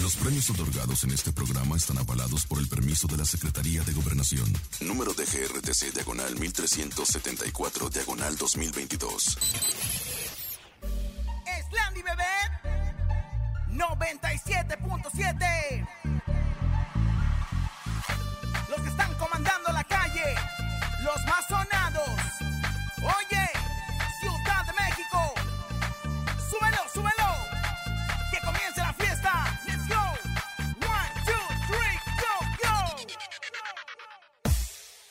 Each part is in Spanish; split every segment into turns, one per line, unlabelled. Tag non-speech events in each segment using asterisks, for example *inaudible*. Los premios otorgados en este programa están avalados por el permiso de la Secretaría de Gobernación. Número de GRTC Diagonal 1374 Diagonal 2022.
Slandy Bebé 97.7 Los que están comandando la calle, los más sonados. Oye, Ciudad de México, súbelo, súbelo. Que comience la fiesta. Let's go. One, two, three, go, go.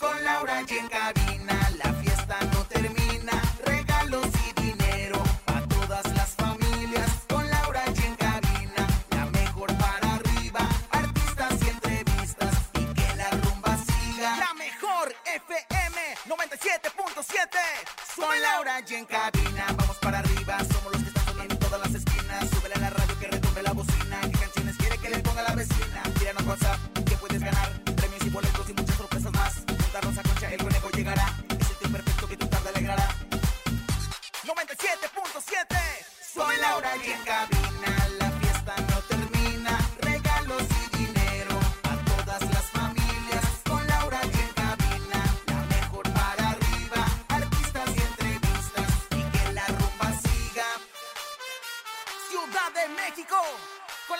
Con Laura y en cabina, la fiesta no termina. Regalos y dinero a todas las familias. Con Laura y en cabina, la mejor para arriba. Artistas y entrevistas y que la rumba siga. La mejor FM 97.7. Soy Laura y en cabina, vamos para arriba. Somos los que están sonando en todas las esquinas. Súbele a la radio que retumbe la bocina. ¿Qué canciones quiere que le ponga la vecina? Tíranos WhatsApp que puedes ganar. Premios y boletos y muchas sorpresas más. Juntarnos a concha, el conejo llegará. Ese tío perfecto que tu tarde alegrará. 97.7 Soy Laura y en cabina La fiesta no termina Regalos y dinero A todas las familias Con Laura y en cabina La mejor para arriba Artistas y entrevistas Y que la rumba siga Ciudad de México Con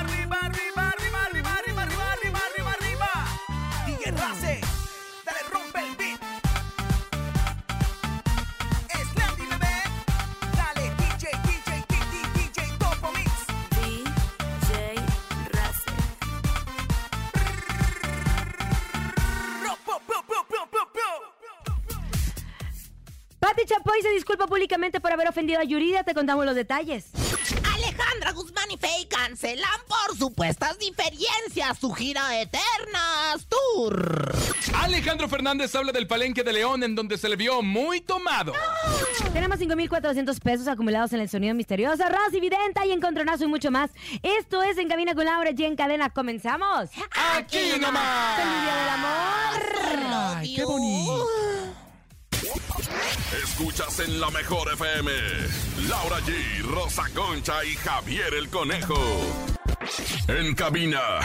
arriba, arriba, arriba, arriba, arriba, arriba, arriba, arriba, arriba. DJ Race, dale rompe el beat. Es Landy Bebé, dale DJ, DJ, DJ, DJ, Topo Mix.
DJ Race.
Ro, po, po, po, po, po, po.
Pati Chapoy se disculpa públicamente por haber ofendido a Yurida. Te contamos los detalles.
Alejandra Guzmán y Faye cancelan por supuestas diferencias su gira Eternas Tour.
Alejandro Fernández habla del palenque de León en donde se le vio muy tomado.
Tenemos 5.400 pesos acumulados en el sonido misterioso, Rosy Videnta y Encontronazo y mucho más. Esto es En Cabina con Laura y en Cadena. ¡Comenzamos!
Aquí nomás.
¡Feliz Día del Amor!
Ay, qué bonito.
Escuchas en la mejor FM. Laura G, Rosa Concha y Javier el Conejo. En cabina,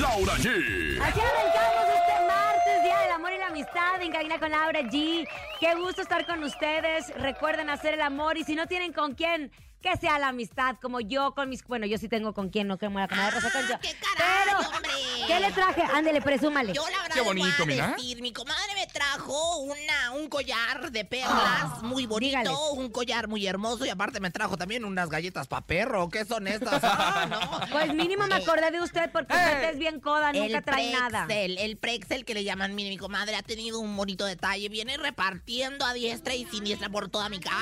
Laura G.
Aquí arrancamos este martes, Día del Amor y la Amistad, en Cabina con Laura G. Qué gusto estar con ustedes. Recuerden hacer el amor y si no tienen con quién, que sea la amistad, como yo con mis... Bueno, yo sí tengo con quién, no que muera con la Rosa Concha.
Ah, ¡Qué caray,
Pero,
hombre!
¿qué le traje? Ándele, presúmale.
Yo la verdad
Qué
les voy
bonito,
a
mira.
decir, mi comadre me trajo una, un collar de perlas muy bonito,
dígales.
un collar muy hermoso y aparte me trajo también unas galletas pa' perro. ¿Qué son estas? Ah, no.
Pues mínimo me
Eh,
acordé de usted porque usted es bien coda, nunca
el
trae nada.
Prexel, El Prexel que le llaman, mire, mi comadre ha tenido un bonito detalle. Viene repartiendo a diestra y siniestra por toda mi casa.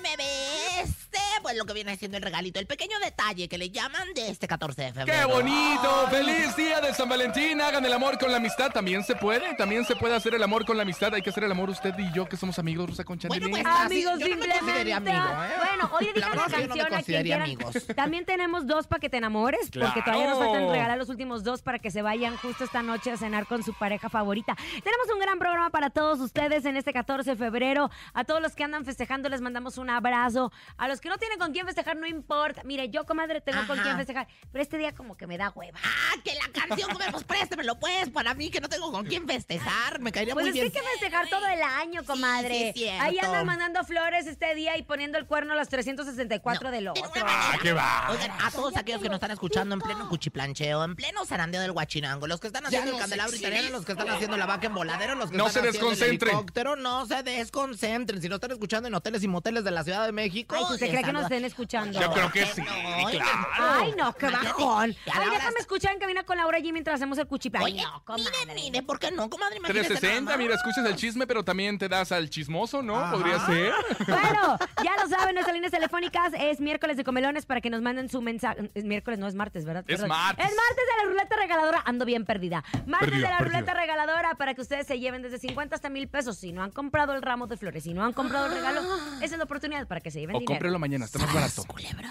MBS, pues lo que viene siendo el regalito, el pequeño detalle que le llaman de este 14 de febrero.
¡Qué bonito! ¡Feliz día de San Valentín! Hagan el amor con la amistad. También se puede. También se puede hacer el amor con la amistad. Hay que hacer el amor usted y yo, que somos amigos, Rosa Concha.
Bueno,
Nelly.
pues,
Ah,
Amigos,
Así, yo no me
simplemente.
consideraría amigo, ¿eh?
Bueno, hoy
La
dedican una
verdad es que yo no me
canción a quien
consideraría
quieran.
amigos.
*laughs* También tenemos dos para que te enamores, porque todavía nos
¡Claro!
faltan regalar los últimos dos para que se vayan justo esta noche a cenar con su pareja favorita. Tenemos un gran programa para todos ustedes en este 14 de febrero. A todos los que andan festejando les mandamos un abrazo. A los que no tienen con quién festejar, no importa. Mire, yo, comadre, tengo con
Ajá.
quién festejar, pero este día como que me da hueva.
Ah, que la canción, comadre, pues préstemelo, pues, para mí, que no tengo con quién festejar. Me caería
Pues
muy
es
bien.
que hay que festejar todo el año, comadre.
sí, es
Ahí
cierto.
andan mandando flores este día y poniendo el cuerno a las 364
No,
del
de
otro.
una manera.
Ah, qué va!
Oigan, a todos aquellos que nos están escuchando en pleno cuchiplancheo, en pleno zarandeo del guachinango, los que están haciendo el candelabro italiano, los que están haciendo la vaca en voladero, los que
No
están
se
haciendo
desconcentren.
el helicóptero, no se desconcentren. Si nos están escuchando en hoteles y moteles de la Ciudad de México.
Ay, si usted
les
cree que nos
saluda.
estén escuchando.
Yo creo que sí,
No,
claro.
Ay, no, qué
Imagínate,
bajón.
y a la
Ay,
hora
déjame
está-
escuchar en cabina con Laura G mientras hacemos el cuchiplan.
Oye,
No, comadre.
mire, mire, ¿por qué no, comadre? Imagínese nada
360,
más.
mira, escuchas el chisme, pero también te das al chismoso, ¿no? Podría
*laughs*
ser. *laughs*
Bueno, ya lo saben, nuestras líneas telefónicas es miércoles de comelones para que nos manden su mensaje. Es miércoles, no es martes, ¿verdad?
Es martes.
Es martes de la ruleta regaladora. Ando bien perdida. Martes
Perdida,
de la
perdida.
ruleta regaladora para que ustedes se lleven desde 50 hasta mil pesos. Si no han comprado el ramo de flores, si no han comprado el regalo, esa es la oportunidad para que se lleven
O
dinero.
cómprelo mañana, está más barato.
Culebra.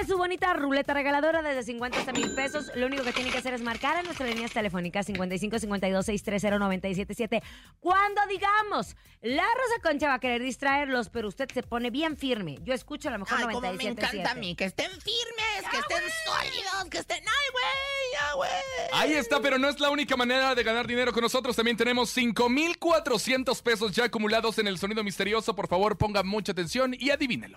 Es su bonita ruleta regaladora desde 50 hasta mil pesos. Lo único que tiene que hacer es marcar a nuestras líneas telefónicas 55 52 630 977. Cuando digamos, la Rosa Concha va a querer distraerlos, pero usted se pone bien firme. Yo escucho a lo mejor
Ay, como me
97.7.
encanta a mí, que estén firmes, que estén sólidos, que estén... ¡Ay, güey! ¡Ay, güey!
Ahí está, pero no es la única manera de ganar dinero con nosotros. También tenemos 5,400 pesos ya acumulados en el sonido misterioso. Por favor, ponga mucha atención y adivínelo.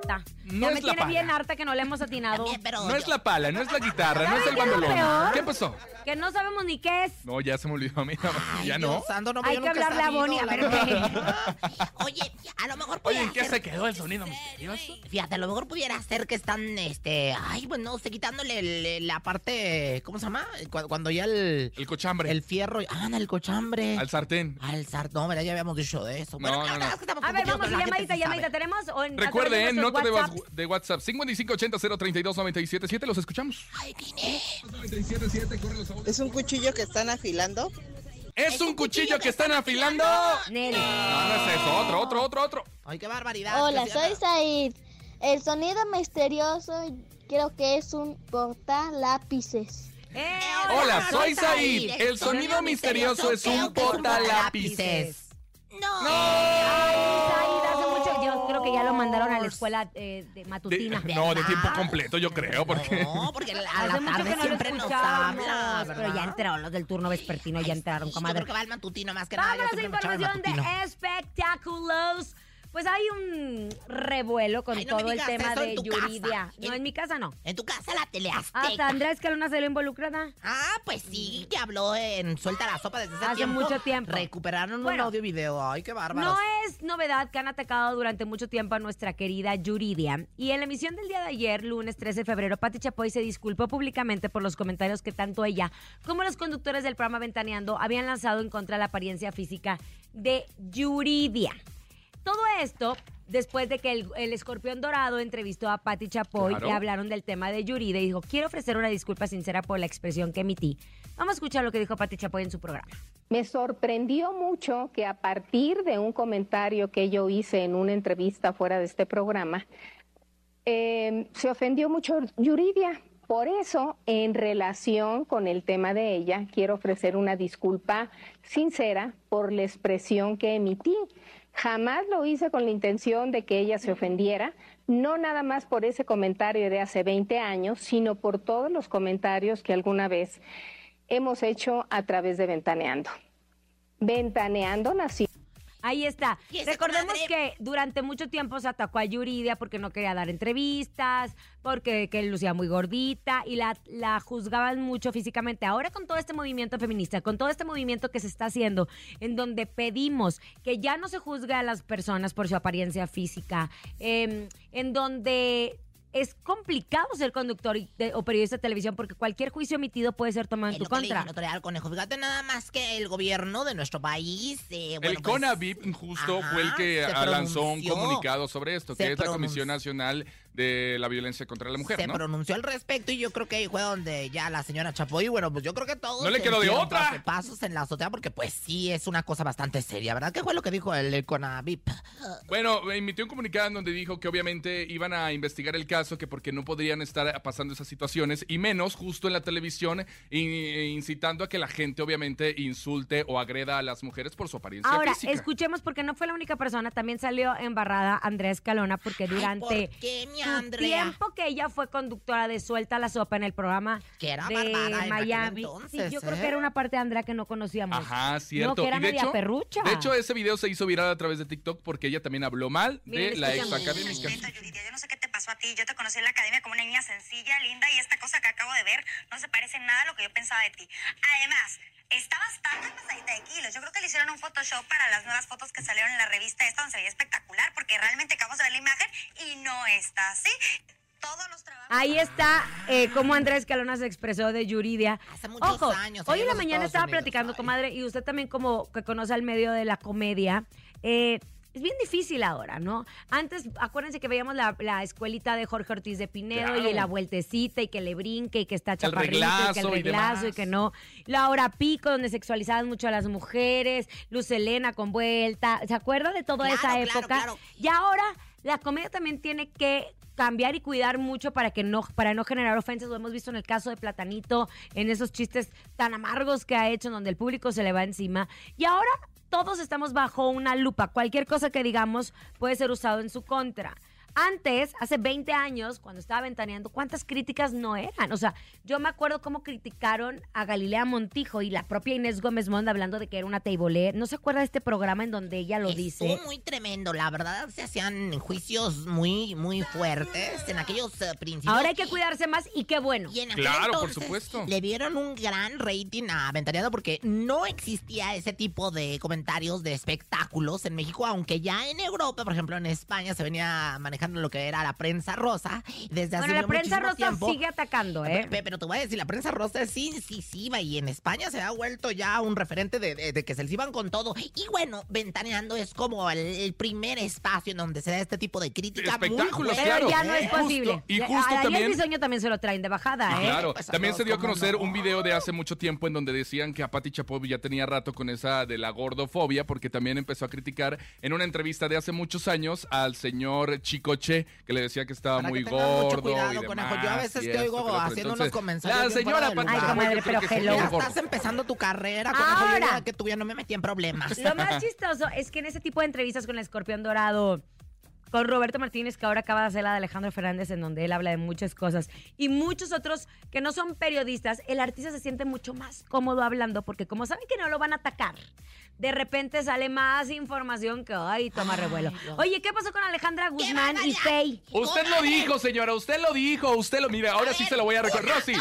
Está. ya
No es
me
la
tiene bien
pala.
harta que no le hemos atinado.
También, pero
No
yo-
es la pala, no es la guitarra, no es
¿Saben
el
qué es lo
bandolón.
peor?
¿Qué pasó?
Que no sabemos ni qué es.
No, ya se me olvidó a mí.
Ay,
Ya no.
Dios santo, no,
Hay
yo
que
nunca he
hablarle a
sabido,
Bonnie, a
la
ver
verdad. Oye, a lo mejor
Oye, ¿en
pudiera ser-
qué se quedó el sonido misterioso?
Fíjate, a lo mejor pudiera ser que están, este... Ay, pues no sé, quitándole el- la parte... ¿Cómo se llama? Cu- Cuando, ya el...
El cochambre.
El fierro... Ah, el cochambre.
Al sartén.
Al sartén. No, mira, ya habíamos dicho de eso.
No, no,
la verdad
no.
es que estamos
A ver,
confundidos,
vamos,
pero la gente
llamadita,
sí
llamadita.
sabe.
Tenemos. o en- a
Recuerde,
través
¿eh?
de
Nota de,
nuestros
wa-
WhatsApp.
de WhatsApp 5580 Los escuchamos.
Ay, Vine.
Es un cuchillo que están afilando.
Es un cuchillo que están afilando.
Nene.
No, no es eso. Otro, otro, otro, otro.
Ay, qué barbaridad.
Hola,
que
soy
sea-
Said. El sonido misterioso creo que es un porta lápices.
Eh,
Hola, soy Said.
Said.
El sonido misterioso es un potalápices.
No.
Said, hace mucho. Yo creo que ya lo mandaron a la escuela eh, de
De-
matutina.
no, de tiempo completo, yo creo, porque.
No, porque a la
Hace mucho
tarde
que no lo
siempre nos
escuchábamos.
habla,
Pero ya
¿verdad?
entraron los del turno vespertino, ya entraron,
Ay, Yo
comadre.
creo que va el matutino más que nada. yo
Vámonos a
siempre me echaba el
información
matutino.
de espectáculos. Pues hay un revuelo con
Ay, no me
todo el
digas
tema
eso en
de
tu
Yuridia.
casa.
No, en mi casa no.
En tu casa la tele
Hasta
azteca.
Andrés Calona se lo involucrada.
Ah, pues sí, que habló en Suelta la Sopa desde hace,
Hace
tiempo.
mucho tiempo.
Recuperaron
Bueno.
un audio y video. Ay, qué bárbaros.
No es novedad que han atacado durante mucho tiempo a nuestra querida Yuridia. Y en la emisión del día de ayer, lunes 13 de febrero, Pati Chapoy se disculpó públicamente por los comentarios que tanto ella como los conductores del programa Ventaneando habían lanzado en contra de la apariencia física de Yuridia. Todo esto después de que el, el escorpión dorado entrevistó a Pati Chapoy
Claro.
y hablaron del tema de Yuridia y dijo, quiero ofrecer una disculpa sincera por la expresión que emití. Vamos a escuchar lo que dijo Pati Chapoy en su programa.
Me sorprendió mucho que a partir de un comentario que yo hice en una entrevista fuera de este programa, eh, se ofendió mucho Yuridia. Por eso, en relación con el tema de ella, quiero ofrecer una disculpa sincera por la expresión que emití. Jamás lo hice con la intención de que ella se ofendiera, no nada más por ese comentario de hace 20 años, sino por todos los comentarios que alguna vez hemos hecho a través de Ventaneando. Ventaneando nació.
Ahí está.
Y ese
Recordemos
comadre-
que durante mucho tiempo se atacó a Yuridia porque no quería dar entrevistas, porque que lucía muy gordita y la, la juzgaban mucho físicamente. Ahora con todo este movimiento feminista, con todo este movimiento que se está haciendo, en donde pedimos que ya no se juzgue a las personas por su apariencia física, eh, en donde... Es complicado ser conductor y- de- o periodista de televisión porque cualquier juicio emitido puede ser tomado en
Es
tu
lo que le dije
contra.
el otro día al conejo. Fíjate nada más que el gobierno de nuestro país. eh, bueno,
el
pues,
CONAVIP justo
ajá,
fue el que
se
ah, lanzó un
pronunció.
comunicado sobre esto, que
Se
es la Comisión
pronunció.
Nacional de la Violencia contra la Mujer,
se
¿no?
pronunció al respecto y yo creo que ahí fue donde ya la señora Chapoy, bueno, pues yo creo que todos
No le
se
quedó de
hicieron
otra.
pasos en la azotea porque pues sí es una cosa bastante seria, ¿verdad? ¿Qué fue lo que dijo el, el CONAVIP?
Bueno, emitió un comunicado en donde dijo que obviamente iban a investigar el caso, que porque no podrían estar pasando esas situaciones, y menos justo en la televisión, in- incitando a que la gente obviamente insulte o agreda a las mujeres por su apariencia
Ahora,
física.
escuchemos porque no fue la única persona, también salió embarrada Andrés Calona porque durante
¿Por qué, mi
su
Andrea?
tiempo que ella fue conductora de Suelta la Sopa en el programa
Que era
de
barbada en
Miami.
aquel entonces,
sí, yo creo
¿eh?
que era una parte de Andrea que no conocíamos.
Ajá, cierto.
No, que era
y de
media
hecho,
perrucha.
de hecho, ese video se hizo viral a través de TikTok porque ella también habló mal
Miren,
de la ex
escuchemos.
académica.
Yuridia, yo no sé qué te pasó pasó a ti. Yo te conocí en la academia como una niña sencilla, linda, y esta cosa que acabo de ver no se parece en nada a lo que yo pensaba de ti. Además, está bastante pasadita de kilos. Yo creo que le hicieron un Photoshop para las nuevas fotos que salieron en la revista esta, donde se veía espectacular, porque realmente acabamos de ver la imagen y no está así.
Ahí está eh, cómo Andrés Calona se expresó de Yuridia. Hace
muchos
Ojo,
años,
Hoy
allá
en la
en los
mañana
Estados
estaba
Unidos,
platicando, comadre, y usted también como que conoce al medio de la comedia. eh, es bien difícil ahora, ¿no? Antes, acuérdense que veíamos la, la escuelita de Jorge Ortiz de Pinedo
Claro.
y la vueltecita y que le brinque y que está chaparrito y que
reglazo
el
y
reglazo y,
demás.
que no. La hora pico, donde sexualizaban mucho a las mujeres, Luz Elena con vuelta. ¿Se acuerda de toda esa época? Y ahora la comedia también tiene que cambiar y cuidar mucho para que no para no generar ofensas lo hemos visto en el caso de Platanito en esos chistes tan amargos que ha hecho en donde el público se le va encima y ahora todos estamos bajo una lupa cualquier cosa que digamos puede ser usado en su contra antes, hace 20 años, cuando estaba ventaneando, ¿cuántas críticas no eran? O sea, yo me acuerdo cómo criticaron a Galilea Montijo y la propia Inés Gómez Monda hablando de que era una teibolé. ¿No se acuerda de este programa en donde ella
Este
lo dice?
Estuvo muy tremendo, la verdad se hacían juicios muy, muy fuertes en aquellos eh, principios.
Ahora hay que cuidarse más y qué bueno.
Y en aquel entonces Le dieron un gran rating a Ventaneando porque no existía ese tipo de comentarios de espectáculos en México, aunque ya en Europa, por ejemplo, en España se venía manejando lo que era la prensa rosa desde hace
Bueno, la prensa
muchísimo
rosa
tiempo.
sigue atacando,
Pe-
¿eh?
pe- Pero te voy a decir, la prensa rosa es incisiva y en España se ha vuelto ya un referente de, de- de que se les iban con todo. Y bueno, Ventaneando es como el, el primer espacio en donde se da este tipo de crítica.
Espectáculos,
muy ¿Eh?
claro.
Pero ya no es
Justo,
posible.
y
A-
justo
a Daniel
también-
Bisoño también se lo traen de bajada, ¿eh?
Claro,
Pues,
también se dio a
cómo
conocer un video de hace mucho tiempo en donde decían que a Pati Chapov ya tenía rato con esa de la gordofobia, porque también empezó a criticar en una entrevista de hace muchos años al señor Chicoche, que le decía que estaba
Para
muy
que tengan
gordo.
mucho
y
cuidado,
demás,
conejo. Yo a
y
veces te
esto,
oigo
que lo otro.
haciendo
Entonces,
unos comentarios.
La
bien fuera
señora
de
Pati
lugar.
Chapoy, yo creo que sí
Mira,
es gordo.
Estás empezando tu carrera, conejo. Yo
Ahora.
ya que tú ya no me metí en problemas.
Lo más chistoso es que en ese tipo de entrevistas con el escorpión dorado, con Roberto Martínez, que ahora acaba de hacer la de Alejandro Fernández, en donde él habla de muchas cosas, y muchos otros que no son periodistas, el artista se siente mucho más cómodo hablando, porque como saben que no lo van a atacar, de repente sale más información que, ay, toma revuelo. Oye, ¿qué pasó con Alejandra Guzmán y Faye?
Usted lo dijo, señora, usted lo dijo, usted lo... Mire, ahora sí se lo voy a recordar. Rosy,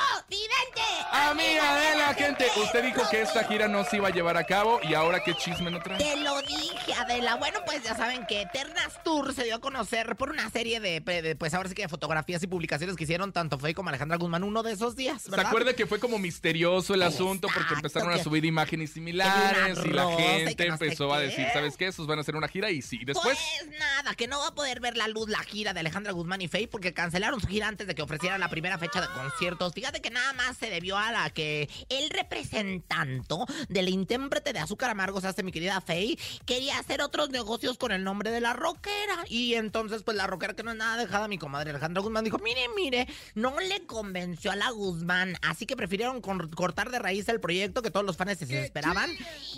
Oh,
amiga de la gente, usted dijo que esta gira no se iba a llevar a cabo y ahora qué chisme no trae.
Te lo dije, Adela. Bueno, pues ya saben que Eternas Tour se dio a conocer por una serie de, pe- de, pues ahora sí que de fotografías y publicaciones que hicieron tanto Faye como Alejandra Guzmán uno de esos días,
¿Se
¿verdad?
acuerda que fue como misterioso el asunto porque empezaron a
que-
subir imágenes similares
que vi
y
una
la
rosa y
gente
que no sé
empezó a
qué?
decir, ¿sabes qué? Esos van a hacer una gira y sí. Después,
Pues nada, que no va a poder ver la luz la gira de Alejandra Guzmán y Faye porque cancelaron su gira antes de que ofrecieran la primera fecha de conciertos. Fíjate que nada más se debió a la que el representante del intérprete de Azúcar Amargo, se hace mi querida Faye, quería hacer otros negocios con el nombre de la rockera. Y entonces, pues la rockera que no es nada dejada, mi comadre Alejandra Guzmán dijo, mire, mire, no le convenció a la Guzmán, así que prefirieron cor- cortar de raíz el proyecto que todos los fans se esperaban.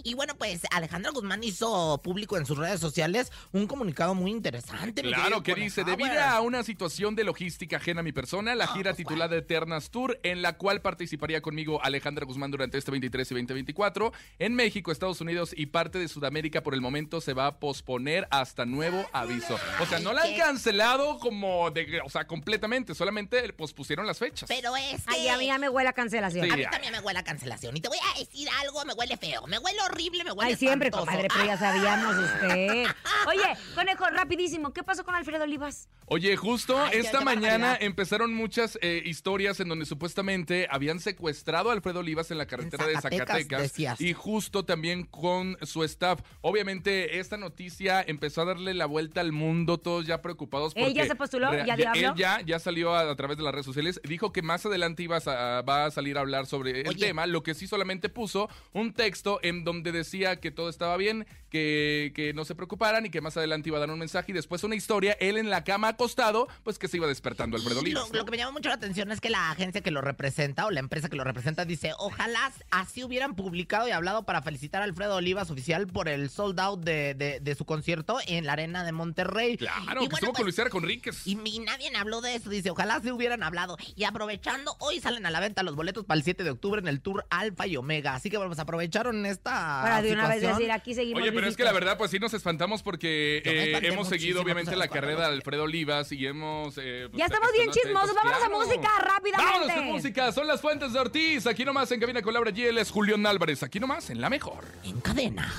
Y bueno, pues Alejandra Guzmán hizo público en sus redes sociales un comunicado muy interesante. mi
Claro,
querido
que dice,
Conejo.
debido a una situación de logística ajena a mi persona,
Ah,
la
pues
gira titulada Eternas Tour, en la cual participaría conmigo Alejandra Guzmán durante este 23 y 2024, en México, Estados Unidos y parte de Sudamérica por el momento se va a posponer hasta nuevo aviso. O sea, no la han cancelado como de, o sea, completamente, solamente pospusieron las fechas.
Pero es que...
Ay, a mí ya me huele a cancelación.
Sí,
A mí
ay.
también me huele a cancelación. Y te voy a decir algo, me huele feo, me huele horrible, me huele
Ay, siempre,
espantoso.
compadre, pero ya sabíamos usted.
*laughs*
Oye, conejo, rapidísimo, ¿qué pasó con Alfredo Olivas?
Oye, justo
Ay, qué-
esta
qué
mañana
barbaridad.
empezaron muchas eh, historias en donde supuestamente habían secuestrado a Alfredo Olivas en la carretera de
Zacatecas,
Zacatecas
decías.
y justo también con su staff. Obviamente esta noticia empezó a darle la vuelta al mundo, todos ya preocupados.
¿Él ya
porque
se postuló?
rea-
¿Ya dio
Él
hablo?
ya, ya salió a, a través de las redes sociales, dijo que más adelante iba a sa- va a salir a hablar sobre el
Oye.
tema, lo que sí solamente puso un texto en donde decía que todo estaba bien, que, que no se preocuparan y que más adelante iba a dar un mensaje y después una historia, él en la cama acostado, pues que se iba despertando Alfredo
Y Lo,
Olivas.
lo que me llama mucho la atención es que la agencia que lo representa o la empresa que lo representa dice, ojalá así hubieran publicado y hablado para felicitar a Alfredo Olivas oficial por el sold out de, de- de su concierto en la arena de Monterrey.
Claro,
Y
que
bueno,
estuvo con
pues,
Luis R. Conríquez.
Y, y nadie habló de eso, dice, ojalá se hubieran hablado. Y aprovechando, hoy salen a la venta los boletos para el 7 de octubre en el Tour Alfa y Omega. Así que bueno, pues aprovecharon esta
Para de una vez
situación.
decir, aquí seguimos.
Ah, Oye, pero es que la verdad, pues sí nos espantamos porque
Yo me
eh,
espanté
hemos seguido
muchísimo,
obviamente
pues, a
la
los cuatro
carrera de Alfredo Olivas y hemos... eh, pues,
Ya estamos bien
atentos,
chismosos, vámonos a música, rápidamente.
Vámonos con música, son las fuentes de Ortiz. Aquí nomás en Cabina con Laura G. Él es Julián Álvarez. Aquí nomás en La Mejor.
En cadena.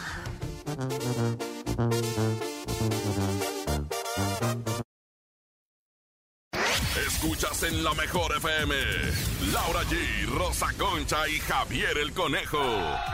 Escuchas en la mejor FM. Laura G, Rosa Concha y Javier el Conejo.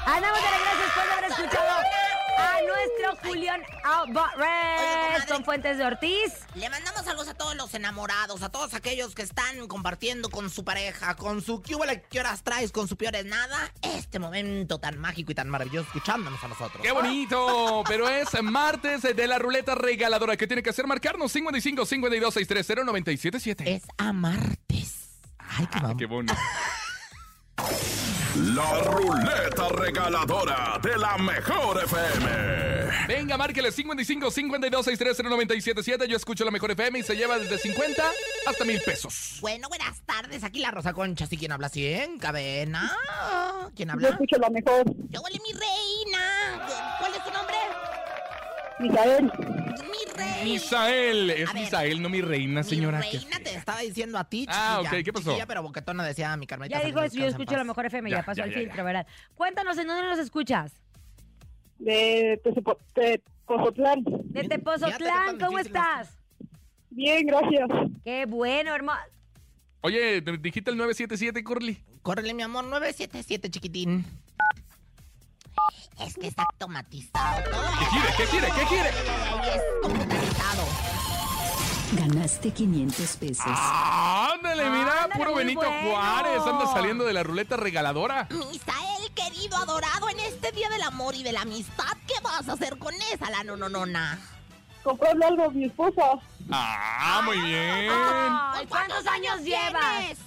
Andamos de regreso después de haber escuchado a nuestro Julián Álvarez con Fuentes de Ortiz.
Le mandamos saludos a todos los enamorados, a todos aquellos que están compartiendo con su pareja, con su ¿qué huele? ¿Qué horas traes? Con su peor es nada. Este momento tan mágico y tan maravilloso escuchándonos a nosotros.
¡Qué bonito! *laughs* Pero es martes de la ruleta regaladora. ¿Qué tiene que hacer? Marcarnos 55 52 630 977.
Es a martes. Ay, qué,
*laughs*
*laughs*
qué bonito.
La ruleta regaladora de la mejor FM.
Venga, márquele 55 52 630 977. Yo escucho la mejor FM y se lleva desde 50 hasta mil pesos.
Bueno, buenas tardes. Aquí la Rosa Concha. ¿Sí quién habla así en cadena? ¿Quién
Yo
habla?
escucho la mejor,
¡Yo huele mi reina! ¿Cuál es tu nombre?
Micael.
Mi reina.
Misael, es
Eh, A ver,
Misael, no mi reina, señora.
Mi
que-
reina te estaba diciendo a ti,
Ah,
chiquilla.
ok, ¿qué pasó?
Chiquilla, pero boquetona decía mi Carmelita.
Ya dijo
Salinas,
eso, yo
descansa en
escucho la
paz.
mejor FM,
Ya,
ya, pasó
ya,
el
ya,
filtro, ¿verdad? Cuéntanos, ¿en dónde nos escuchas?
de Tezopo- Te- Pozotlán.
De
Ya te
Tepozotlán,
tocan
¿cómo
difíciles.
estás?
Bien, gracias.
Qué bueno, hermano.
Oye, te- dijiste el 977, Curly.
Córrele, mi amor, 977, chiquitín. Es que está tomatizado.
¿Qué quiere? ¿Qué quiere? ¿Qué quiere?
Ay, es computarizado.
Ganaste 500 pesos.
Ándale, mira,
Ándale,
puro
muy
Benito
bueno.
Juárez anda saliendo de la ruleta regaladora.
Misael, querido, adorado, en este día del amor y de la amistad, ¿qué vas a hacer con esa, la nononona?
Comprarle algo a mi esposa.
Ah, muy bien.
Ay, ¿Cuántos años llevas?
tienes?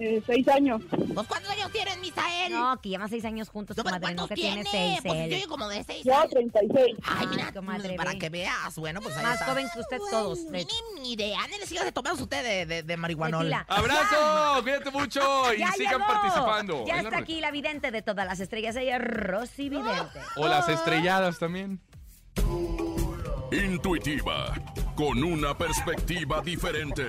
eh, seis años.
¿Vos cuántos años tienes, Misael?
No, que llevan seis años juntos,
No, pues,
comadre, no
¿cuántos
que tiene
tiene?
seis
Pues,
él.
yo llevo como de seis
Ya,
años.
36.
Ay,
Ay,
mira, pues,
comadre,
para
ve.
que veas, bueno, pues ahí
Más
está.
joven que usted todos, de hecho.
Ni, ni idea, ándale, sígase tomando usted de, de, de marihuanol.
Tequila.
Abrazo, cuídate mucho y
Ya
sigan
llegó. Ya
participando. Es la
está
ruleta.
aquí la vidente de todas las estrellas, ella es Rosy Vidente.
O las estrelladas también.
Intuitiva, con una perspectiva diferente.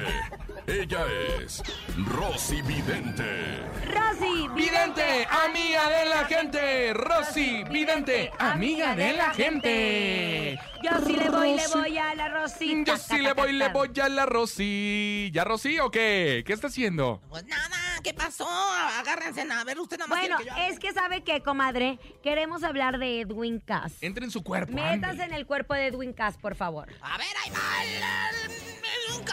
Ella es Rosy Vidente.
Rosy
Vidente, amiga de la gente. Rosy, vidente, amiga de la gente.
Yo sí le voy, le voy a la Rosita.
Yo sí le voy, le voy a la Rosy. ¿Ya Rosy o qué? ¿Qué está haciendo?
Pues nada, ¿qué pasó? Agárrense, a ver, usted nada más
Bueno,
quiere que yo hable.
es que sabe que, comadre, queremos hablar de Edwin Cass.
Entra en su cuerpo.
Métase
ándale.
en el cuerpo de Edwin Cass, por favor.
A ver, ahí va el- el- el- un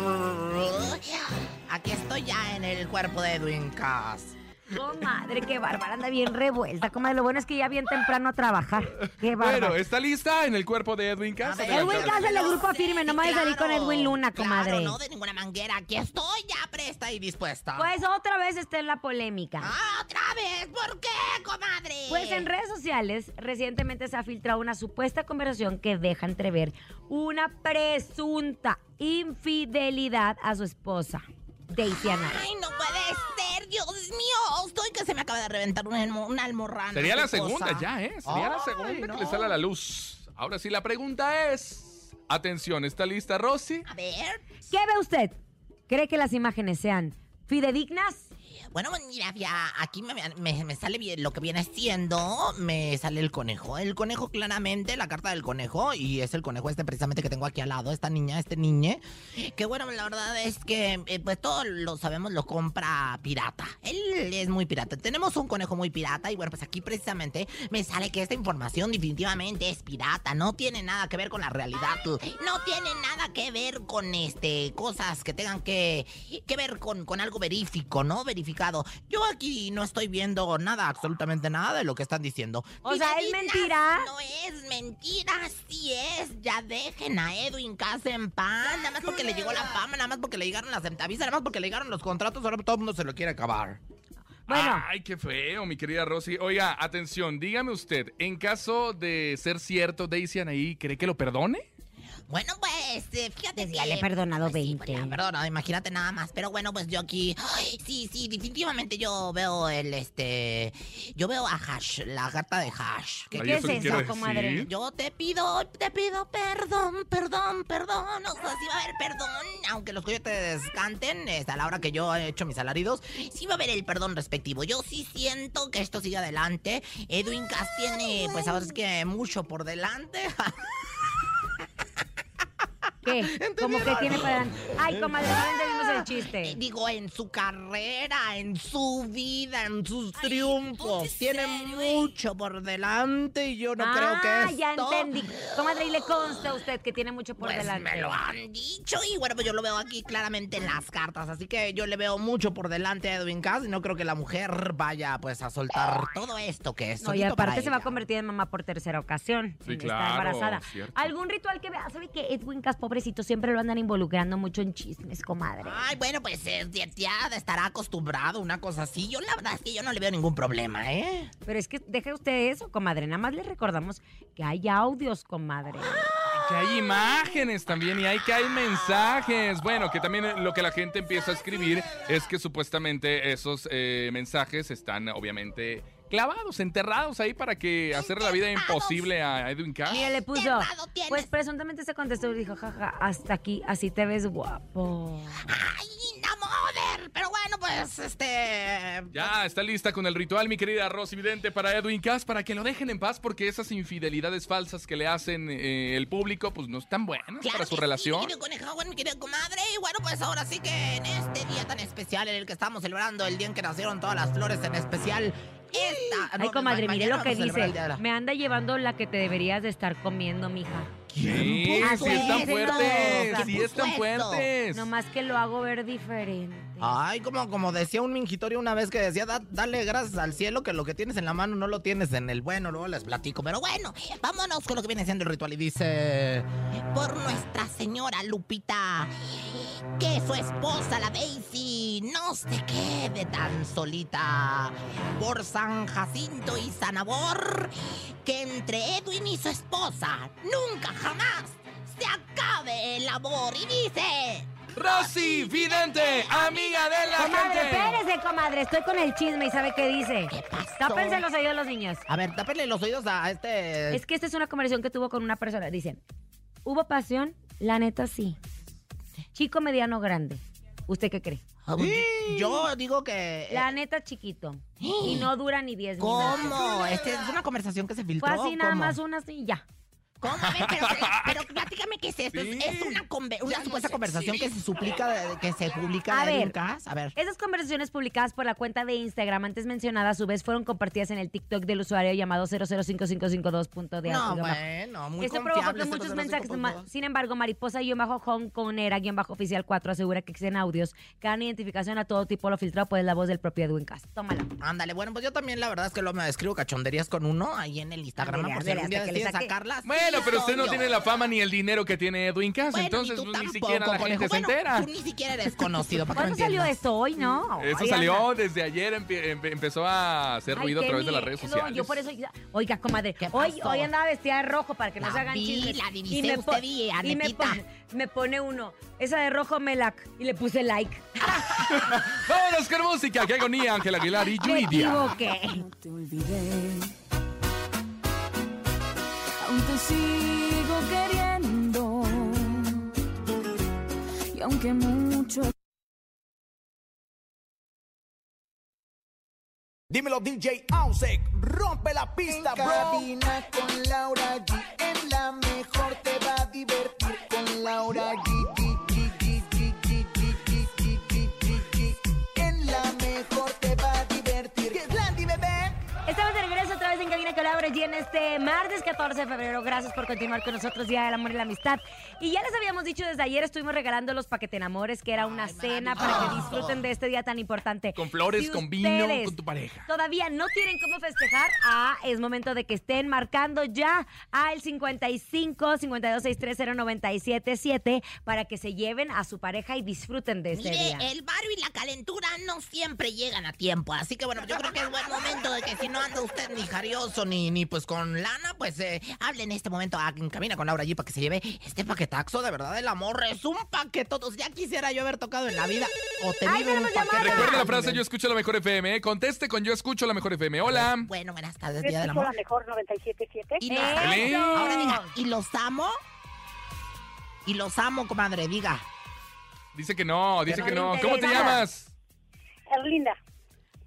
ca- Aquí estoy ya en el cuerpo de Edwin Cass.
Comadre, qué bárbara, anda bien revuelta. Comadre, lo bueno es que ya bien temprano a trabajar. Qué bárbara.
Bueno, ¿está lista en el cuerpo de Edwin Cass?
A ver,
Adelante,
Edwin
Rosy.
Cass, el de grupo firme, no me vayas a salir con
Claro,
Edwin Luna, comadre.
Claro, no de ninguna manguera. Aquí estoy ya presta y dispuesta.
Pues otra vez está en la polémica.
Ah, otra vez, ¿por qué, comadre?
Pues en redes sociales recientemente se ha filtrado una supuesta conversación que deja entrever una presunta infidelidad a su esposa, Daisy Anaya.
Ay, no puede ser, Dios mío. Estoy que se me acaba de reventar una, almo- una almorrana.
Sería la
Ah, qué cosa.
segunda ya, ¿eh? Sería la
Ay,
segunda
no.
que le sale a la luz. Ahora sí, la pregunta es... Atención, ¿está lista Rosy?
A ver.
¿Qué ve usted? ¿Cree que las imágenes sean fidedignas?
Bueno, mira, ya aquí me, me- me sale bien lo que viene siendo. Me sale el conejo. El conejo, claramente, la carta del conejo. Y es el conejo este precisamente que tengo aquí al lado, esta niña, este niñe. Que bueno, la verdad es que, eh, pues todos lo sabemos, lo compra pirata. Él es muy pirata. Tenemos un conejo muy pirata. Y bueno, pues aquí precisamente me sale que esta información definitivamente es pirata. No tiene nada que ver con la realidad. No tiene nada que ver con este cosas que tengan que, que ver con, con algo verífico, ¿no? Verificado. Yo aquí no estoy viendo nada, absolutamente nada de lo que están diciendo.
O sea, ¿es
Vidalitas
mentira?
No es mentira, sí es. Ya dejen a Edwin Casa en paz. Nada más porque le llegó la fama, nada más porque le llegaron las centavisas, nada más porque le llegaron los contratos, ahora todo el mundo se lo quiere acabar.
Bueno.
Ay, qué feo, mi querida Rosy. Oiga, atención, dígame usted, en caso de ser cierto, Daisy Anaí, ¿cree que lo perdone?
Bueno, pues, eh, fíjate
Ya le he
que... pues
perdonado 20.
Ya, perdona, imagínate nada más. Pero bueno, pues yo aquí. Ay, sí, sí, definitivamente yo veo el este. Yo veo a Hash, la gata de Hash.
¿Y Ay, qué ¿eso es qué eso, quiere comadre? decir?
Yo te pido, te pido perdón, perdón, perdón. O sea, sí va a haber perdón. Aunque los coyotes canten eh, a la hora que yo he hecho mis alaridos, sí va a haber el perdón respectivo. Yo sí siento que esto sigue adelante. Edwin Cass tiene, pues ahora es que mucho por delante. *laughs* Ah,
¿Qué? Como que tiene para... Ay, comadre, no entendimos el chiste.
Digo, en su carrera, en su vida, en sus triunfos. Tiene mucho por delante y yo no creo
ah,
que esto...
ya entendí. Comadre, y le consta a usted que tiene mucho por
Pues
delante.
me lo han dicho y bueno, pues yo lo veo aquí claramente en las cartas. Así que yo le veo mucho por delante a Edwin Cass y no creo que la mujer vaya pues a soltar todo esto que es
No, y
solito para
aparte se va a
ella.
convertir en mamá por tercera ocasión.
Sí,
Está
claro,
embarazada.
cierto.
¿Algún ritual que vea? ¿Sabe que Edwin Cas, pobrecito, siempre lo andan involucrando mucho en chismes, comadre?
Ay, bueno, pues eh, ya, ya estará acostumbrado, una cosa así. Yo la verdad es que yo no le veo ningún problema, ¿eh?
Pero es que deje usted eso, comadre. Nada más le recordamos que hay audios, comadre.
Que hay imágenes también y hay que hay mensajes. Bueno, que también eh, lo que la gente empieza a escribir es que supuestamente esos eh, mensajes están obviamente clavados, enterrados ahí para que hacer la vida imposible a Edwin
Ah,
Cass.
Mire, le puso. Pues presuntamente se contestó y dijo, jaja, hasta aquí, así te ves guapo.
Mother, pero bueno, pues este.
Ya está lista con el ritual, mi querida Rosy Vidente, para Edwin Cass, para que lo dejen en paz, porque esas infidelidades falsas que le hacen eh, el público, pues no están buenas para su
que sí,
relación.
mi querido conejo, bueno, mi querida comadre. Y bueno, pues ahora sí que en este día tan especial en el que estamos celebrando el día en que nacieron todas las flores, en especial esta.
Ay,
Ah, no,
comadre,
ma-
mire
mañana
lo que
vamos a celebrar
dice.
el Día de la-
Me anda llevando la que te deberías de estar comiendo, mija.
Sí,
Así
sí están
es,
fuertes,
no.
sí están fuertes.
Nomás que lo hago ver diferente.
Ay, como, como decía un mingitorio una vez que decía, "Da- dale gracias al cielo que lo que tienes en la mano no lo tienes en el bueno, luego les platico. Pero bueno, vámonos con lo que viene siendo el ritual y dice... Por nuestra señora Lupita, que su esposa, la Daisy, no se quede tan solita. Por San Jacinto y Sanabor, que entre Edwin y su esposa nunca jamás se acabe el amor. Y dice...
Rosy Vidente, amiga de la
Comadre,
gente.
espérese, comadre. Estoy con el chisme y ¿sabe qué dice? ¿Qué Tápense los oídos a los niños.
A ver, tápenle los oídos a este.
Es que esta es una conversación que tuvo con una persona. Dice, ¿hubo pasión? La neta sí. Chico, mediano, grande. ¿Usted qué cree?
Yo digo que. eh,
La neta, chiquito. Y no dura ni 10 minutos.
¿Cómo? Este es una conversación que se filtró.
Fue así nada
¿cómo?
más una así y ya.
¿Cómo? A ver, pero, eh, pero platícame qué es esto. Es- Es una, conve- una supuesta conversación que se suplica, de- que se publica
A
de
ver.
Lucas. A ver.
Esas conversaciones publicadas por la cuenta de Instagram antes mencionada, a su vez fueron compartidas en el TikTok del usuario llamado 005552.de.
No, bueno, muy
Esto Este provocó
confiable, este
que muchos
005.2.
mensajes, ma- sin embargo, Mariposa-Hongkonera-Oficial 4 asegura que existen audios que dan identificación a todo tipo, lo filtrado por la voz del propio Edwin Cass. Tómala.
Ándale, bueno, pues yo también la verdad es que lo me escribo cachonderías con uno ahí en el Instagram
Ándale,
por si
ándale,
algún día
hasta que le
deciden
saque.
sacarlas.
Bueno, pero usted no
Obvio.
tiene la fama ni el dinero que tiene Edwin Cass,
Bueno,
entonces
ni, tú
pues, ni
tampoco,
siquiera la gente
conejo.
se
Bueno,
entera.
Tú ni siquiera eres conocido, ¿para que me
¿Cuándo salió
entiendas?
esto? Hoy, ¿no?
Eso
Ahí anda.
salió desde ayer, empie- em- empezó a hacer
Ay,
ruido a
qué
través de las redes
miedo.
sociales.
Yo por eso, oiga, comadre, hoy,
pasó?
hoy andaba vestida de rojo para que no
La
se hagan
vi,
chismes.
la divisé, usted
po-
vi, a
y me,
Nepita.
po- me pone uno, esa de rojo Melac, y le puse like.
Vámonos con música, qué agonía, Ángel Aguilar y
Me
Yuridia.
equivoqué.
te olvidé. Aún te sigo queriendo. Y aunque mucho
Dímelo, DJ Ausek. Rompe la pista, bro.
Cabina con Laura G. En la mejor te va a divertir con Laura G. G, G, G, G, G, G, G, G, G, G, G. En la mejor te va a divertir. Que es Landy, bebé.
Estamos de regreso otra vez en Cabina con Laura G en este martes 14 de febrero. Gracias por continuar con nosotros, Día del Amor y la Amistad. Y ya les habíamos dicho desde ayer, estuvimos regalando los paquetenamores, que era una cena para que disfruten de este día tan importante.
Con flores,
Si
con vino,
ustedes
con tu pareja.
Todavía no tienen cómo festejar. Ah, es momento de que estén marcando ya al 55 52630977 para que se lleven a su pareja y disfruten de este día.
eh,
Mire, el barrio y la calentura no siempre llegan a tiempo, así que bueno, yo creo que es buen momento de que si no anda usted ni jarioso ni, ni pues con lana, pues eh, hable en este momento a quien camina con Laura allí para que se lleve este paquetaxo, de verdad, el amor es un paquetoto, ya quisiera yo haber tocado en la vida o tenido un paquete.
Recuerda la frase Yo escucho la mejor FM. ¿eh? Conteste con Yo escucho la mejor FM. Hola.
Bueno, buenas
Yo
tardes, Día del
escucho
Amor.
la
mejor 97.7. Y
¡Eh!
los
¡Eso!
amo. Ahora diga, ¿y los amo? Y los amo, comadre, diga.
Dice que no, dice
Pero
que
no
no.
le
¿Cómo te
interesa.
llamas?
Erlinda.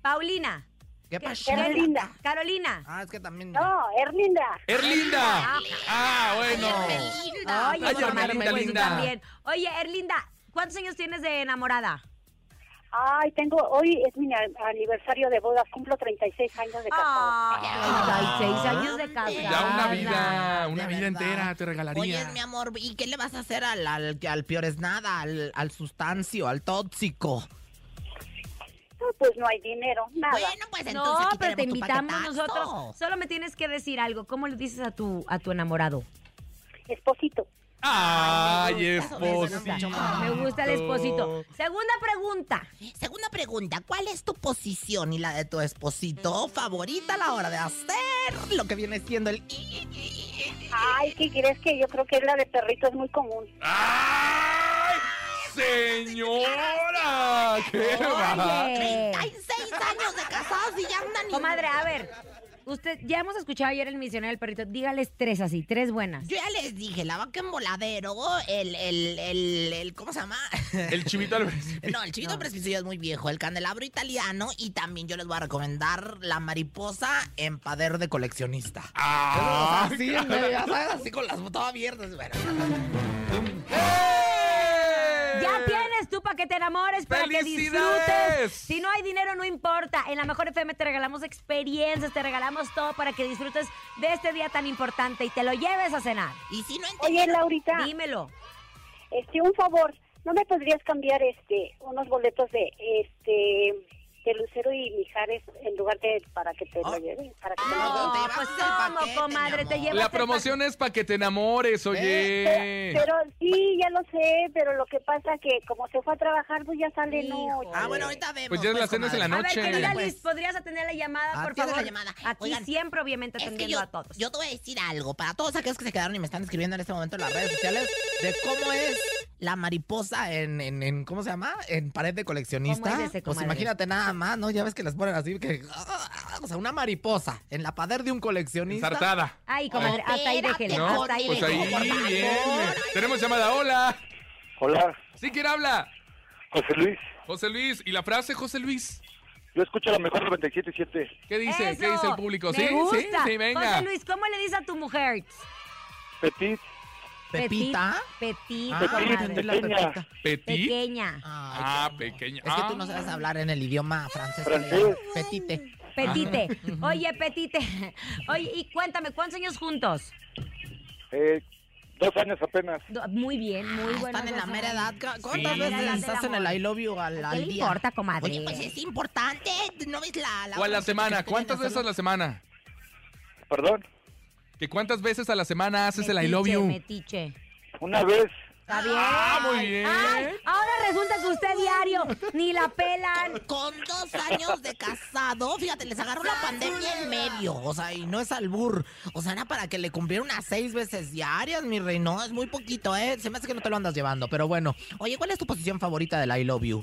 Paulina.
¿Qué
pasó?
Erlinda.
Carolina.
Ah, es que también.
No, Erlinda.
Erlinda. Ah, bueno.
Ay,
Ay,
bueno,
Erlinda,
pues, tú
linda.
también. Oye, Erlinda, ¿cuántos años tienes de enamorada?
Ay, tengo, hoy es mi a- aniversario de bodas, cumplo 36 años de casado.
36 años de casada.
Ah. Ya una vida, una vida entera te
Oye,
regalaría.
mi amor, ¿y qué le vas a hacer al, al, al peor es nada, al, al sustancio, al tóxico?
No, pues no hay dinero, nada.
Bueno, pues
No, pero te invitamos
paquetazo.
nosotros. Solo me tienes que decir algo. ¿Cómo le dices a tu, a tu enamorado?
Esposito.
Ay,
esposito. Me gusta el esposito. Segunda pregunta.
Segunda pregunta, ¿cuál es tu posición y la de tu esposito favorita a la hora de hacer lo que viene siendo el...
Eh.
Ay, ¿qué crees que yo creo que es la de perrito, es muy común.
¡Señora! ¡Qué va!
Oye.
36 años de casados y ya andan... y-
Comadre, a ver. Usted, ya hemos escuchado ayer el misionero del perrito. Dígales tres así, tres buenas.
Yo ya les dije, la vaca en voladero, el, el, el, el- ¿cómo se llama?
El chivito al
*laughs*
principio.
No, el chivito al precipicio es muy viejo, el candelabro italiano y también yo les voy a recomendar la mariposa en pader de coleccionista.
Ah,
Pero, o sea, así, medio, *laughs* ya sabes, así con las botas abiertas. Bueno,
Ya tienes tú para que te enamores, para que disfrutes.
¡Felicidades!
Si no hay dinero, no importa. En la mejor FM te regalamos experiencias, te regalamos todo para que disfrutes de este día tan importante y te lo lleves a cenar.
Y si no
Oye, Laurita.
Dímelo.
Este, un favor, ¿no me podrías cambiar este unos boletos de este de Lucero y Mijares en lugar de para que te lo lleven, para que te lo lleven?
No, pues cómo, comadre, te llevas
La
el
promoción es para que te enamores, oye.
Pero sí, ya lo sé, pero lo que pasa que como se fue a trabajar, pues ya sale no.
Ah, bueno, ahorita vemos.
Pues ya la cena es en la
A ver,
noche.
querida
pues.
Liz, ¿podrías atender la llamada, por
Atiende Ah, la
favor?
llamada.
Aquí
Oigan,
siempre, obviamente,
Es que
atendiendo
yo,
a todos.
yo te voy a decir algo para todos aquellos que se quedaron y me están escribiendo en este momento en las redes sociales de cómo es la mariposa en, en, en- ¿cómo se llama? En pared de coleccionista.
¿Cómo es ese,
pues
comadre?
imagínate nada más, ¿no? Ya ves que las ponen así que... ah, O sea, una mariposa en la pared de un coleccionista.
Ensartada.
Ay, comadre, hasta ahí
Espérate,
déjele,
No,
hasta ahí
pues
déjele.
ahí, bien. Tenemos llamada, hola.
Hola,
¿Sí quién habla?
José Luis.
José Luis. ¿Y la frase, José Luis?
Yo escucho la mejor 97.7.
¿Qué dice?
Eso,
¿Qué dice el público?
me
Sí, sí,
gusta.
sí, venga.
José Luis, ¿cómo le dices a tu mujer?
Petit.
¿Pepita?
Petita,
Ah,
comadre.
la pepita.
Petit.
Pequeña.
Ah, pequeña.
Es que tú
Ah.
no sabes hablar en el idioma francés. Petite.
Petite.
Ah. *laughs*
Oye, Petite. Oye, y cuéntame, ¿cuántos años juntos?
Eh, dos años apenas.
Do- Muy bien, muy
Ah,
bueno. pues, eh,
Están en la mera edad. ¿Cu-
Sí.
¿Cuántas
Mera edad
veces
del
estás en el
amor.
I love you al,
¿Qué
al
le
día?
importa, comadre?
Oye, pues es importante. ¿No ves la...
¿O a la
hora que
semana?
te
¿Cuántas
tienen
veces a
hacerlo?
la semana?
¿Perdón?
¿Que cuántas veces a la semana haces el I love
Metiche,
you?
Metiche.
Una vez.
Está bien.
Ah, muy bien.
Ay, ahora resulta que usted diario ni la pelan.
Con dos años de casado, fíjate, les agarró la pandemia en medio. O sea, y no es albur. O sea, era para que le cumpliera unas seis veces diarias, mi rey. No, es muy poquito, ¿eh? Se me hace que no te lo andas llevando, pero bueno. Oye, ¿cuál es tu posición favorita del I love you?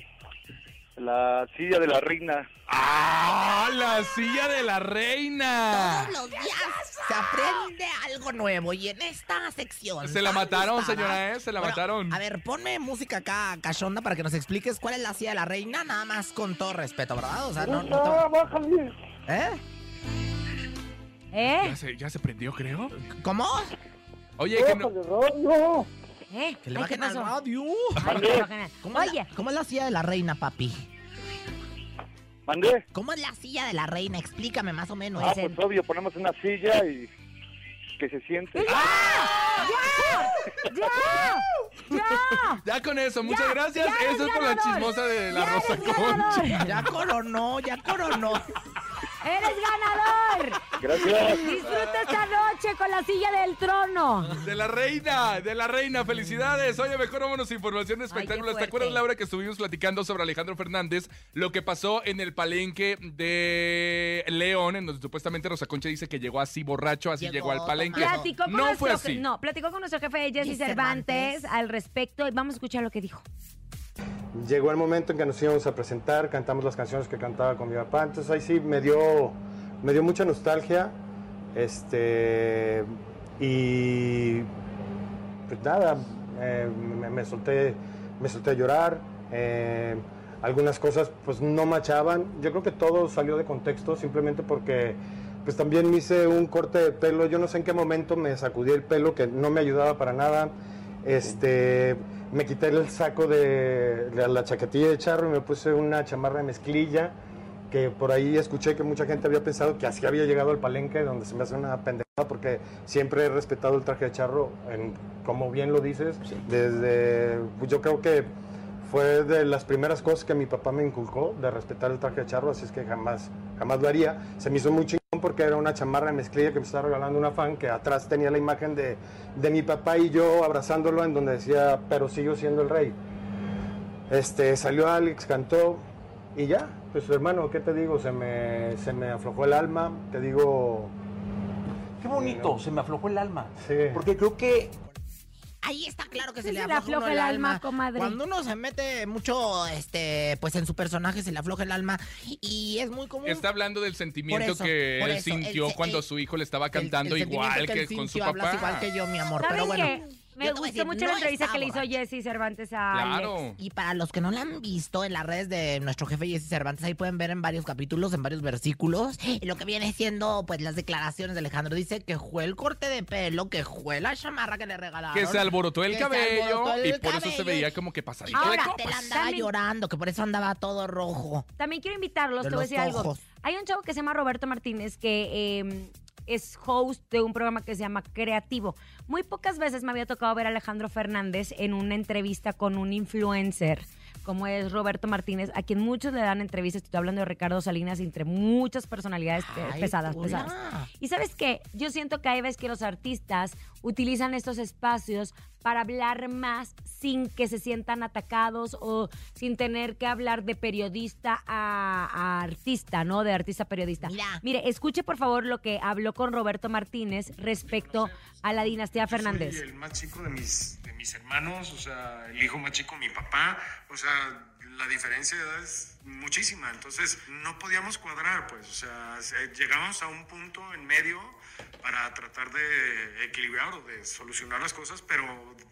La silla de la reina.
¡Ah! ¡La silla de la reina!
Todos los días se aprende algo nuevo y en esta sección.
Se la
tan
mataron,
gustada-
señora, ¿eh? Se la mataron.
A ver, ponme música acá, cachonda, para que nos expliques cuál es la silla de la reina, nada más con todo respeto, ¿verdad? O sea, no. no te- ¿Eh?
¿Eh?
Ya se, ya se prendió, creo.
¿Cómo?
Oye, que no.
¿Eh?
Que le
Ay, ¿qué
bajen al
pasó?
radio.
Ay, que le bajen al-
¿Cómo es
Oye,
la- ¿Cómo es la silla de la reina, papi?
¿Mandé?
¿Cómo es la silla de la reina? Explícame más o menos.
ah, pues obvio, ponemos una silla y que se siente.
¡Ya! ¡Ya!
Ya con eso, muchas
Ya,
gracias.
ya eres
Eso es por la
ganador.
chismosa de la
Ya
Rosa
eres ganador.
Concha.
Ya coronó, ya coronó.
¡Eres ganador!
Gracias.
Disfruta esta noche con la silla del trono.
De la reina, de la reina, felicidades. Oye, mejor vámonos a información de espectáculos. ¿Te
fuerte.
acuerdas, Laura, que estuvimos platicando sobre Alejandro Fernández, lo que pasó en el palenque de León, en donde supuestamente Rosa Concha dice que llegó así borracho, así llegó,
Llegó
al palenque?
Platicó con
No
nuestro,
fue así.
No, platicó con nuestro jefe Jesse
Jesse
Cervantes,
Cervantes.
al respecto y vamos a escuchar lo que dijo.
Llegó el momento en que nos íbamos a presentar, cantamos las canciones que cantaba con mi papá, entonces ahí sí me dio, me dio mucha nostalgia, este, y pues nada, eh, me, me solté, me solté a llorar, eh, algunas cosas pues no machaban, yo creo que todo salió de contexto simplemente porque pues también me hice un corte de pelo, yo no sé en qué momento me sacudí el pelo que no me ayudaba para nada, este, me quité el saco de, de la chaquetilla de charro y me puse una chamarra de mezclilla que por ahí escuché que mucha gente había pensado que así había llegado al palenque, donde se me hace una pendejada, porque siempre he respetado el traje de charro, en- como bien lo dices, desde, pues yo creo que fue de las primeras cosas que mi papá me inculcó, de respetar el traje de charro, así es que jamás, jamás lo haría. Se me hizo muy chingón porque era una chamarra de mezclilla que me estaba regalando una fan, que atrás tenía la imagen de, de mi papá y yo abrazándolo, en donde decía, pero sigo siendo el rey. Este, salió Alex, cantó y ya, pues hermano, ¿qué te digo? Se me, se me aflojó el alma, te digo...
Qué bonito, se me aflojó el alma.
Porque creo que...
Ahí está claro que se,
Sí,
le
se le
afloja, uno
afloja el alma, comadre.
Cuando uno se mete mucho, este, pues en su personaje se le afloja el alma y es muy común.
Está hablando del sentimiento
Por eso,
que
por
él
eso,
sintió
el se-
cuando
el-
su hijo le estaba cantando
el sentimiento
igual
que
que,
él
con su
sintió, hablas
papá.
igual que yo, mi amor.
¿Saben
Pero bueno,
qué? Me
yo te
gustó
voy a decir,
mucho la
no
entrevista
está
que le hizo Jesse Cervantes a Alex.
Y para los que no la han visto en las redes de nuestro jefe Jesse Cervantes, ahí pueden ver en varios capítulos, en varios versículos, lo que viene siendo pues las declaraciones de Alejandro. Dice que fue el corte de pelo, que fue la chamarra que le regalaron.
Que se alborotó el
que se
cabello
alborotó el
y por eso se
cabello,
veía como que pasadito de
Ahora,
copas.
pues,
te la andaba
También-
llorando, que por eso andaba todo rojo.
También quiero invitarlos,
De
te voy a
los
decir algo.
ojos.
Hay un chavo que se llama Roberto Martínez que eh, es host de un programa que se llama Creativo. Muy pocas veces me había tocado ver a Alejandro Fernández en una entrevista con un influencer como es Roberto Martínez, a quien muchos le dan entrevistas. Estoy hablando de Ricardo Salinas, entre muchas personalidades eh,
Ay,
pesadas,
hola.
pesadas. Y sabes qué, yo siento que hay veces que los artistas utilizan estos espacios para hablar más sin que se sientan atacados o sin tener que hablar de periodista a, a artista, ¿no? De artista a periodista.
Mira.
Mire, escuche por favor lo que habló con Roberto Martínez respecto a la dinastía Fernández.
Soy el más chico de mis, de mis hermanos, o sea, el hijo más chico de mi papá, o sea, la diferencia de edad es muchísima, entonces no podíamos cuadrar, pues, o sea, se- llegamos a un punto en medio para tratar de equilibrar o de solucionar las cosas, pero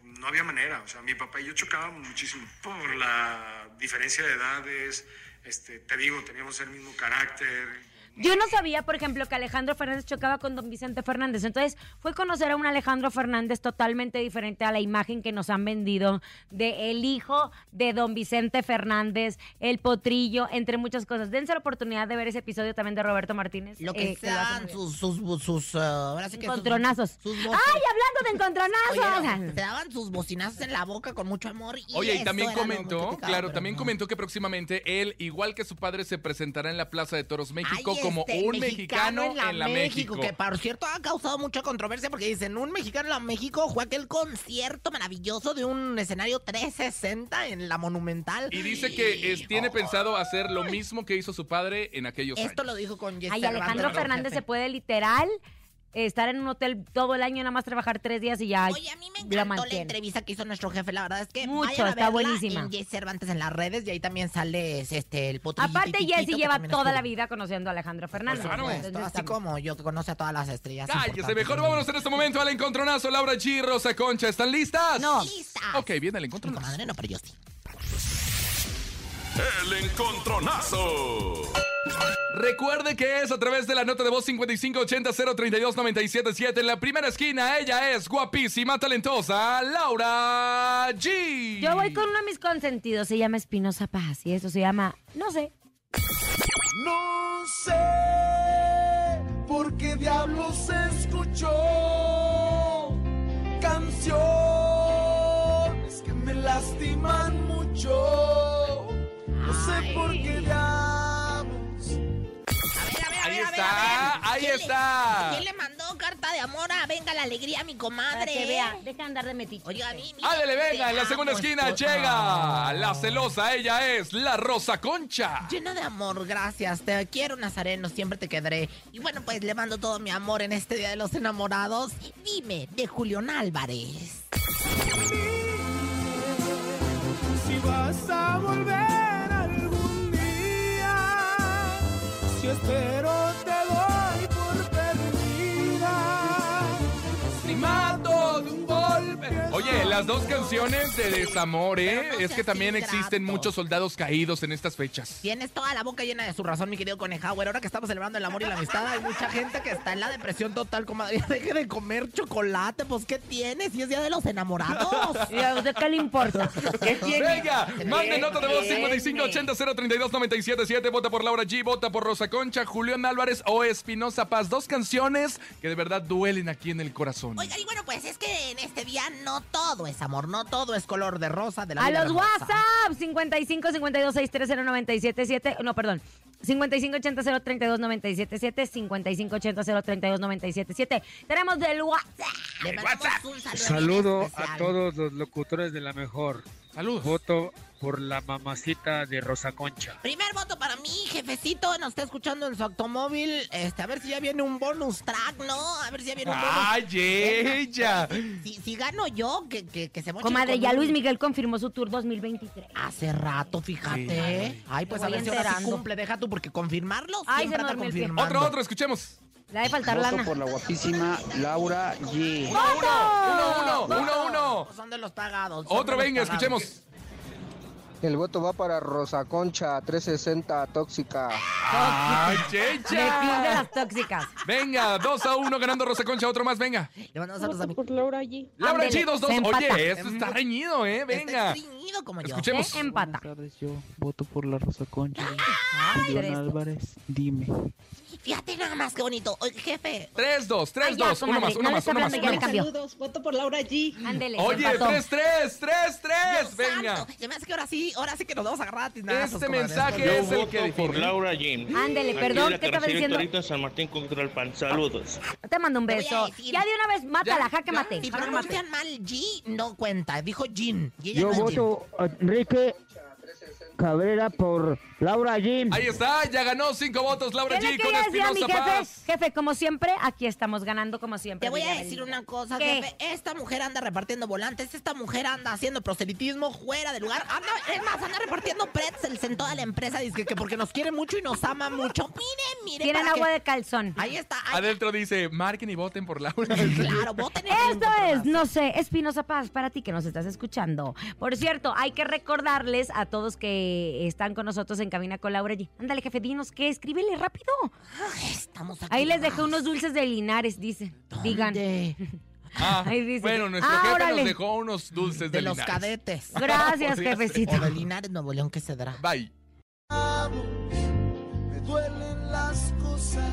no había manera, o sea, mi papá y yo chocábamos muchísimo por la diferencia de edades, este, te digo, teníamos el mismo carácter,
Yo no sabía, por ejemplo, que Alejandro Fernández chocaba con don Vicente Fernández. Entonces, fue conocer a un Alejandro Fernández totalmente diferente a la imagen que nos han vendido de el hijo de don Vicente Fernández, el potrillo, entre muchas cosas. Dense la oportunidad de ver ese episodio también de Roberto Martínez.
Lo que
eh, lo hace muy
sean
bien.
sus, sus, sus, sus, eh, ahora sí que sus-
Encontronazos.
Sus,
¡Ay, hablando de
Oye,
encontronazos!
no, este se daban sus bocinazos en la boca con mucho amor. Y
Oye, y
eso
también
era lo muy
comentó,
criticado,
claro,
pero
también
no.
comentó que próximamente él, igual que su padre, se presentará en la Plaza de Toros México
Ay,
como
este,
un mexicano, en la México.
Que por cierto ha causado mucha controversia porque dicen, un mexicano en la México fue aquel concierto maravilloso de un escenario 360 en la Monumental. Oh,
Y dice que es- tiene pensado hacer lo mismo que hizo su padre en aquellos
Esto
años.
lo dijo con Jess
Ay,
Cervantes,
Alejandro
nuestro
Fernández se
jefe.
puede literal eh, estar en un hotel todo el año y nada más trabajar tres días y ya
Oye, a mí me
lo
encantó la
mantiene.
entrevista que hizo nuestro jefe. La verdad es que
Mucho,
vayan a
está
verla
buenísima.
en Jess Cervantes en las redes y ahí también sale este, el potrillo.
Aparte, Jessy lleva toda la vida conociendo a Alejandro Fernández. Entonces,
Pues, así
también.
como yo que conoce a todas las estrellas.
Cállese,
importantes
mejor
del
vámonos en este momento al encontronazo. Laura G, Rosa Concha, ¿están listas?
No. Listas.
Ok, viene el encontronazo.
Madre, no, pero yo sí.
El encontronazo.
Recuerde que es a través de la nota de voz 5580-032-977. En la primera esquina, ella es guapísima, talentosa, Laura G.
Yo voy con uno de mis consentidos, se llama Espinosa Paz y esto se llama, no sé.
No sé por qué diablos escuchó canciones que me lastiman mucho. No sé por qué diablos.
Ahí
A ver,
está,
a ver.
ahí
¿Quién le-
está.
¿Quién le mandó carta de amor a Venga la Alegría, mi comadre?
Para que vea, deja andar de metiche.
Oiga, mi, mi-
Ándale, venga, en la
te
segunda
amo,
esquina
esposa.
llega la celosa, ella es la Rosa Concha.
Llena de amor, gracias. Te quiero, Nazareno, siempre te quedaré. Y bueno, pues le mando todo mi amor en este Día de los Enamorados. Dime, de Julián Álvarez.
Si vas a volver algún día, si espero te doy por perdida. Si mato de un golpe.
Oye, las dos canciones de desamor, ¿eh? es que también existen muchos soldados caídos en estas fechas.
Tienes toda la boca llena de su razón, mi querido Conejauer. Ahora que estamos celebrando el amor y la amistad, hay mucha gente que está en la depresión total, comadre. *laughs* Deje de comer chocolate, pues ¿qué tienes? Si es Día de los
*laughs*
Enamorados.
¿Y a usted qué le *laughs* importa?
¿Qué
Venga, mande nota de voz
Tiene.
5580-032-977. Vota por Laura G, vota por Rosa Concha, Julián Álvarez o Espinosa Paz. Dos canciones que de verdad duelen aquí en el corazón.
Oigan, y bueno, pues es que en este día no todo es amor, no todo es color de rosa de la
*laughs* A
vida
los
hermosa.
WhatsApp 55 52 630 977 no, perdón. 55 80 0 32 977 55 80 0 32 977 Tenemos del WhatsApp.
Le mandamos un saludo.
Saludo
bien
a
especial.
todos los locutores de la mejor.
Saludos.
Voto por la mamacita de Rosa Concha.
Primer voto para mí, jefecito. Nos está escuchando en su automóvil. Este, a ver si ya viene un bonus track, ¿no? A ver si ya viene un bonus
¡Ay, ella!
Si, si gano yo, que, que, que se moche.
Comadre,
con
ya
un-
Luis Miguel confirmó su tour 2023.
Hace rato, fíjate. Ay, pues
Me
a
voy
ver si ahora sí
enterando.
cumple. Deja tú, porque confirmarlo siempre
Ay, se me
anda
durmió el pie.
confirmando.
Otro, otro, escuchemos.
La de faltar lana.
por la guapísima Laura G.
Uno, uno, uno, uno, uno, uno.
Son de los pagados. son
Otro,
de los
venga,
pagados.
escuchemos.
El voto va para Rosa Concha 360 Tóxica.
¡Ay,
Del club de
Checha!
las tóxicas.
Venga, 2 a 1 ganando Rosa Concha, otro más, venga.
Le mandamos saludos a mi.
Por Laura allí.
Laura
Ándele,
G, 2 2
se empata.
Oye, esto está reñido, ¿eh?
Está
Venga.
estreñido como yo.
Escuchemos.
Se empata.
tardes, yo voto por la Rosa Concha.
tres,
Julián
dos.
Álvarez, dime.
Fíjate nada más, qué bonito. Oye, jefe.
3 2 3
Ay, ya,
2 uno
comadre,
más, uno
no le
más,
está
uno más,
hablando, ya
uno
le
más.
cambió.
Saludos, voto por Laura allí.
Ándele, se
Oye,
empató.
3 3 3 3 Venga.
Santo, Se me hace que ahora sí, ahora sí que nos vamos a agarrar a tinazos,
Este
comadre.
mensaje es el que define.
Laura Jim.
Ándele, perdón, ¿qué estaba diciendo?
San Martín contra el pan. Saludos.
Te mando un
Te voy a
beso.
decir.
Ya de una vez, mátala,
Ya,
jaque
ya,
mate.
Si
jaque mate.
pronuncian mal G, no cuenta. Dijo Jin. Y ella
Yo
no es Jin.
voto a Enrique Cabrera por Laura Jim.
Ahí está, ya ganó 5 votos Laura
¿Qué le
G con
quería decir a mi
Espinosa
jefe?
Paz.
Jefe, como siempre, aquí estamos ganando como siempre.
Te voy a
Miguel
decir
Avelino.
una cosa,
¿Qué?
jefe. Esta mujer anda repartiendo volantes, esta mujer anda haciendo proselitismo fuera de lugar. Anda, es más, anda repartiendo pretzels en toda la empresa. Dice que porque nos quiere mucho y nos ama mucho. Mire, mire.
Tienen
para
agua
que-
de calzón.
Ahí está. ahí-
Adentro dice, marquen y voten por Laura.
*laughs*
Claro, voten en
Esto
blanco,
es,
perras.
no sé, Espinosa Paz, para ti que nos estás escuchando. Por cierto, hay que recordarles a todos que están con nosotros en Cabina con Laura G. Ándale, jefe, dinos qué, escríbele rápido.
Ay, Estamos aquí.
Ahí les
nomás.
dejé unos dulces de Linares, dicen. Digan.
De,
Ah,
Ahí dice.
bueno, nuestro
Ah,
jefe
órale.
nos dejó unos dulces de,
de los
Linares.
cadetes.
Gracias,
Podría ser.
jefecito.
O de Linares, Nuevo León, ¿qué se dará?
Bye.
Me duelen las cosas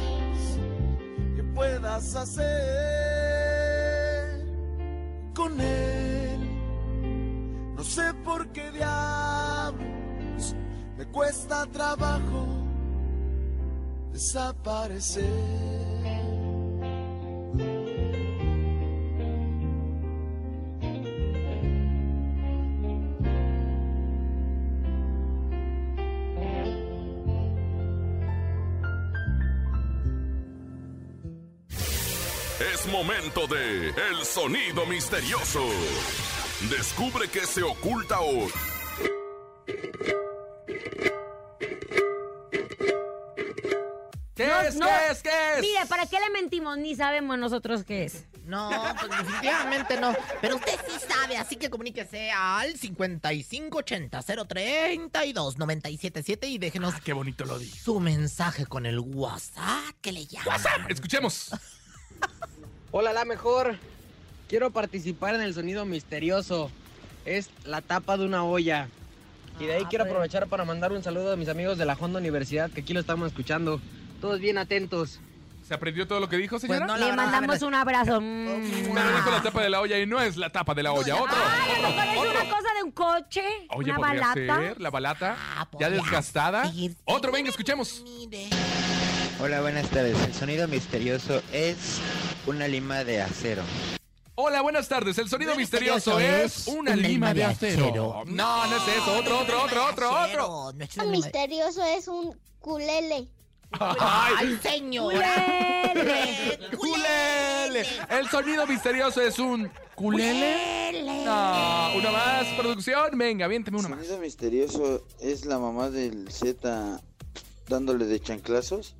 que puedas hacer con él. No sé por qué diablos me cuesta trabajo desaparecer.
Es momento de El sonido misterioso. Descubre qué se oculta hoy.
¿Qué
No,
es?
no.
¿Qué es? ¿Qué es?
Mire, ¿para qué le mentimos? Ni sabemos nosotros qué es.
No, pues definitivamente no. Pero usted sí sabe, así que comuníquese al 5580-032-977 y déjenos
Ah, qué bonito lo dije.
su mensaje con el WhatsApp que le llama.
WhatsApp, escuchemos.
Hola, la mejor. Quiero participar en el sonido misterioso. Es la tapa de una olla. Y de ahí
Ah,
quiero
pues.
aprovechar para mandar un saludo a mis amigos de la Honda Universidad, que aquí lo estamos escuchando. Todos bien atentos.
¿Se aprendió todo lo que
Pues
dijo, señora?
Le mandamos un abrazo. Mm.
Pero dijo la tapa de la olla y no es la tapa de la olla. Otro.
Ay, ¿a poco es una cosa de un coche?
Oye,
¿Una
podría
balata?
ser la balata ya desgastada. Otro, venga, escuchemos.
Hola, buenas tardes. El sonido misterioso es una lima de acero.
Hola, buenas tardes. El sonido misterioso es una lima de acero. No, no es eso. Otro, otro, otro, otro, otro.
Un misterioso es un culele.
Ay,
señor.
Culele. El sonido misterioso es un culele. No, uno más, producción. Venga, aviénteme uno más.
sonido misterioso es la mamá del Z dándole de chanclazos.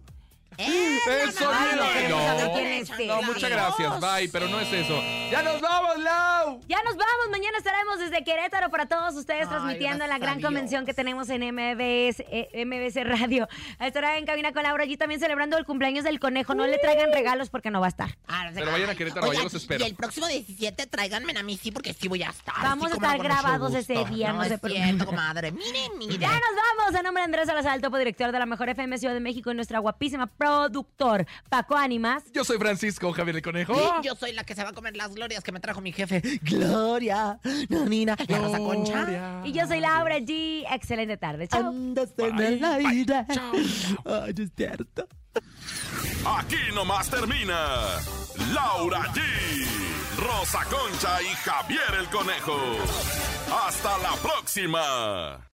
El sonido. No, no, muchas gracias. Bye, pero no es eso. ¡Ya nos vamos, Lau!
Ya nos vamos. Mañana estaremos desde Querétaro para todos ustedes transmitiendo en la gran convención que tenemos en MBS, eh, MBS Radio. Estará en cabina con Laura allí también celebrando el cumpleaños del conejo. No le traigan regalos porque no va a estar.
Pero vayan a Querétaro,
Ah, Oigan,
yo los espero.
Y el próximo 17 tráiganme a mí, sí, porque sí voy a estar.
Vamos
sí,
a
cómo no,
estar
con mucho
grabados
gusto.
ese día, no
es
se preocupen.
cierto, comadre. Mire, mire.
Ya nos vamos. A nombre de Andrés Salazar, topo director de la Mejor FM Ciudad de México y nuestra guapísima productor, Paco Ánimas.
Yo soy Francisco Javier el Conejo.
Y yo soy la que se va a comer las glorias que me trajo mi jefe. Gloria, Nanina, la Rosa Concha.
Y yo soy Laura G. Excelente tarde. Chao.
Aquí nomás termina Laura G, Rosa Concha y Javier el Conejo. Hasta la próxima.